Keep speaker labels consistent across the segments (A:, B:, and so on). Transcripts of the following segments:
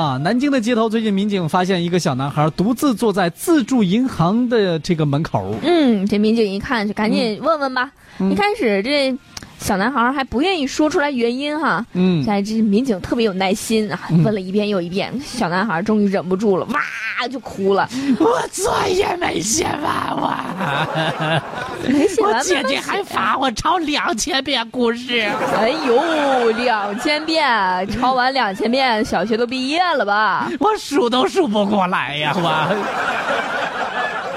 A: 啊，南京的街头最近民警发现一个小男孩独自坐在自助银行的这个门口。
B: 嗯，这民警一看就赶
A: 嗯
B: 紧问问吧。一开始这小男孩还不愿意说出来原因哈，
A: 嗯
B: 现，在这民警特别有耐心啊，问了一遍又一遍，小男孩终于忍不住了，哇就哭了，
A: 我作业没写完，我
B: 没写完。
A: 罚我抄两千遍古诗。
B: 哎呦，两千遍抄完两 千遍，小学都毕业了吧？
A: 我数都数不过来呀！我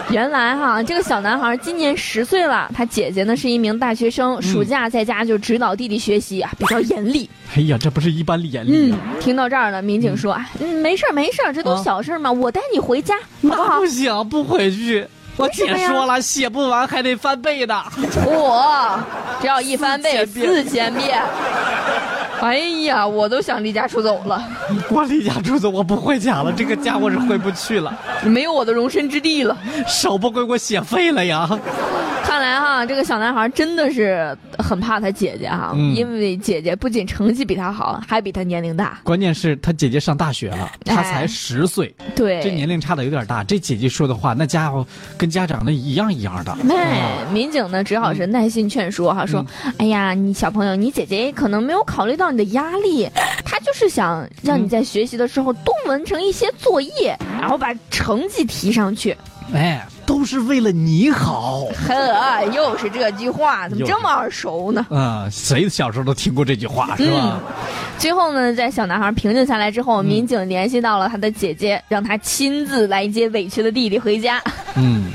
B: 原来哈，这个小男孩今年十岁了，他姐姐呢是一名大学
A: 嗯
B: 生，暑假在家就指导弟弟学习啊，比较严厉。
A: 哎呀，这不是一般严厉
B: 嗯
A: 啊，，
B: 听到这儿了，民警说：“哎嗯，没事儿，没事儿，这都
A: 啊
B: 小事儿嘛，我带你回家，好不
A: 那
B: 好
A: 不行，不回去。我姐
B: 为什么呀
A: 说了，写不完还得翻倍 呢。？”
B: 我只要一翻倍，
A: 四千遍
B: 四千遍。哎呀，我都想离家出走了，
A: 我离家出走，我不回家了，这个家我是回不去了，
B: 没有我的容身之地了。
A: 手不归我写废了呀。
B: 看来哈，这个小男孩真的是很怕他姐姐哈，
A: 嗯
B: 因为姐姐不仅成绩比他好，还比他年龄大。
A: 关键是他姐姐上大学了，他才十岁，
B: 哎对，
A: 这年龄差的有点大。这姐姐说的话，那家伙跟家长那一样一样的。
B: 哎，民警呢，只好是耐心劝说哈，说：“哎呀，你小朋友，你姐姐可能没有考虑到你的压力，她就是想让你在学习的时候多完成一些作业，然后把成绩提上去。
A: 哎，都是为了你好。”
B: 呵，又是这句话，怎么
A: 又
B: 这么耳熟呢？
A: 嗯，谁小时候都听过这句话是吧？
B: 最后呢，在小男孩平静下来之后，民警联系到了他的姐姐，让他亲自来接委屈的弟弟回家。
A: 嗯，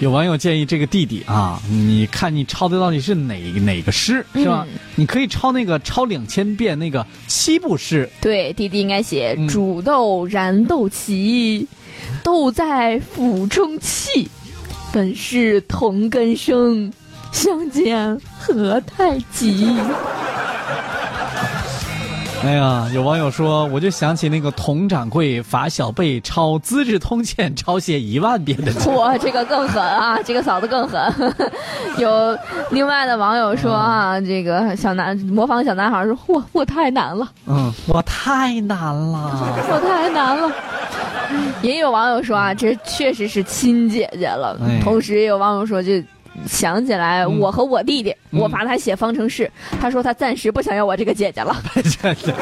A: 有网友建议这个弟弟啊，你看你抄的到底是哪哪个诗是吧？
B: 嗯
A: 你可以抄那个抄两千遍那个七步诗，
B: 对，弟弟应该写
A: 嗯
B: 煮豆燃豆萁，豆在釜中泣，本是同根生，相煎何太急。
A: 哎呀，有网友说，我就想起那个佟掌柜罚小辈抄《资治通鉴》抄写一万遍的
B: 哇，这个更狠啊！这个嫂子更狠。 有另外的网友说啊，这个小男模仿小男孩说：“我我太难了，
A: 嗯，我太难了。
B: 我太难了。”也有网友说啊，这确实是亲姐姐了。
A: 哎
B: 同时也有网友说，就想起来
A: 嗯
B: 我和我弟弟，
A: 嗯
B: 我罚他写方程式，他说他暂时不想要我这个姐姐了。
A: 真的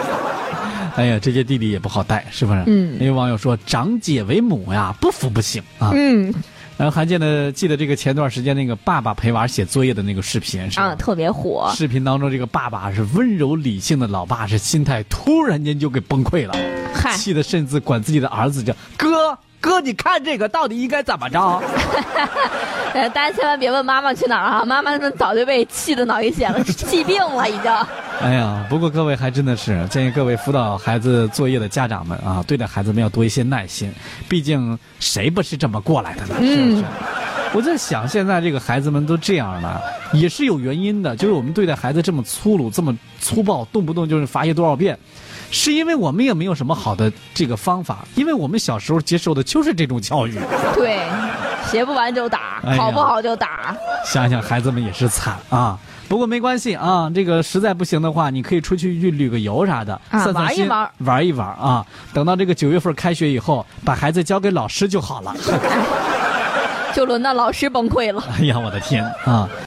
A: 哎呀，这些弟弟也不好带，是不是？
B: 嗯
A: 也有网友说，长姐为母呀，不服不行啊。
B: 嗯
A: 然后还记得记得这个前段时间那个爸爸陪娃写作业的那个视频是吧？
B: 啊，特别火。
A: 视频当中，这个爸爸是温柔理性的老爸，是心态突然间就给崩溃了，
B: 嗨，
A: 气得甚至管自己的儿子叫哥哥，你看这个到底应该怎么着？
B: 呃，大家千万别问妈妈去哪儿啊，妈妈们早就被气得脑溢 血了，气病了已经。
A: 哎呀，不过各位还真的是建议各位辅导孩子作业的家长们啊，对待孩子们要多一些耐心，毕竟谁不是这么过来的呢？是不是？我在想，现在这个孩子们都这样了，也是有原因的。就是我们对待孩子这么粗鲁、这么粗暴，动不动就是罚写多少遍，是因为我们也没有什么好的这个方法，因为我们小时候接受的就是这种教育。
B: 对，学不完就打
A: 哎，呀
B: 考不好就打。
A: 想想孩子们也是惨啊。不过没关系啊，这个实在不行的话，你可以出去去旅个游啥的，
B: 啊
A: 散散心，
B: 玩
A: 玩一玩啊。等到这个九月份开学以后，把孩子交给老师就好了。
B: 就轮到老师崩溃了。
A: 哎呀，我的天啊！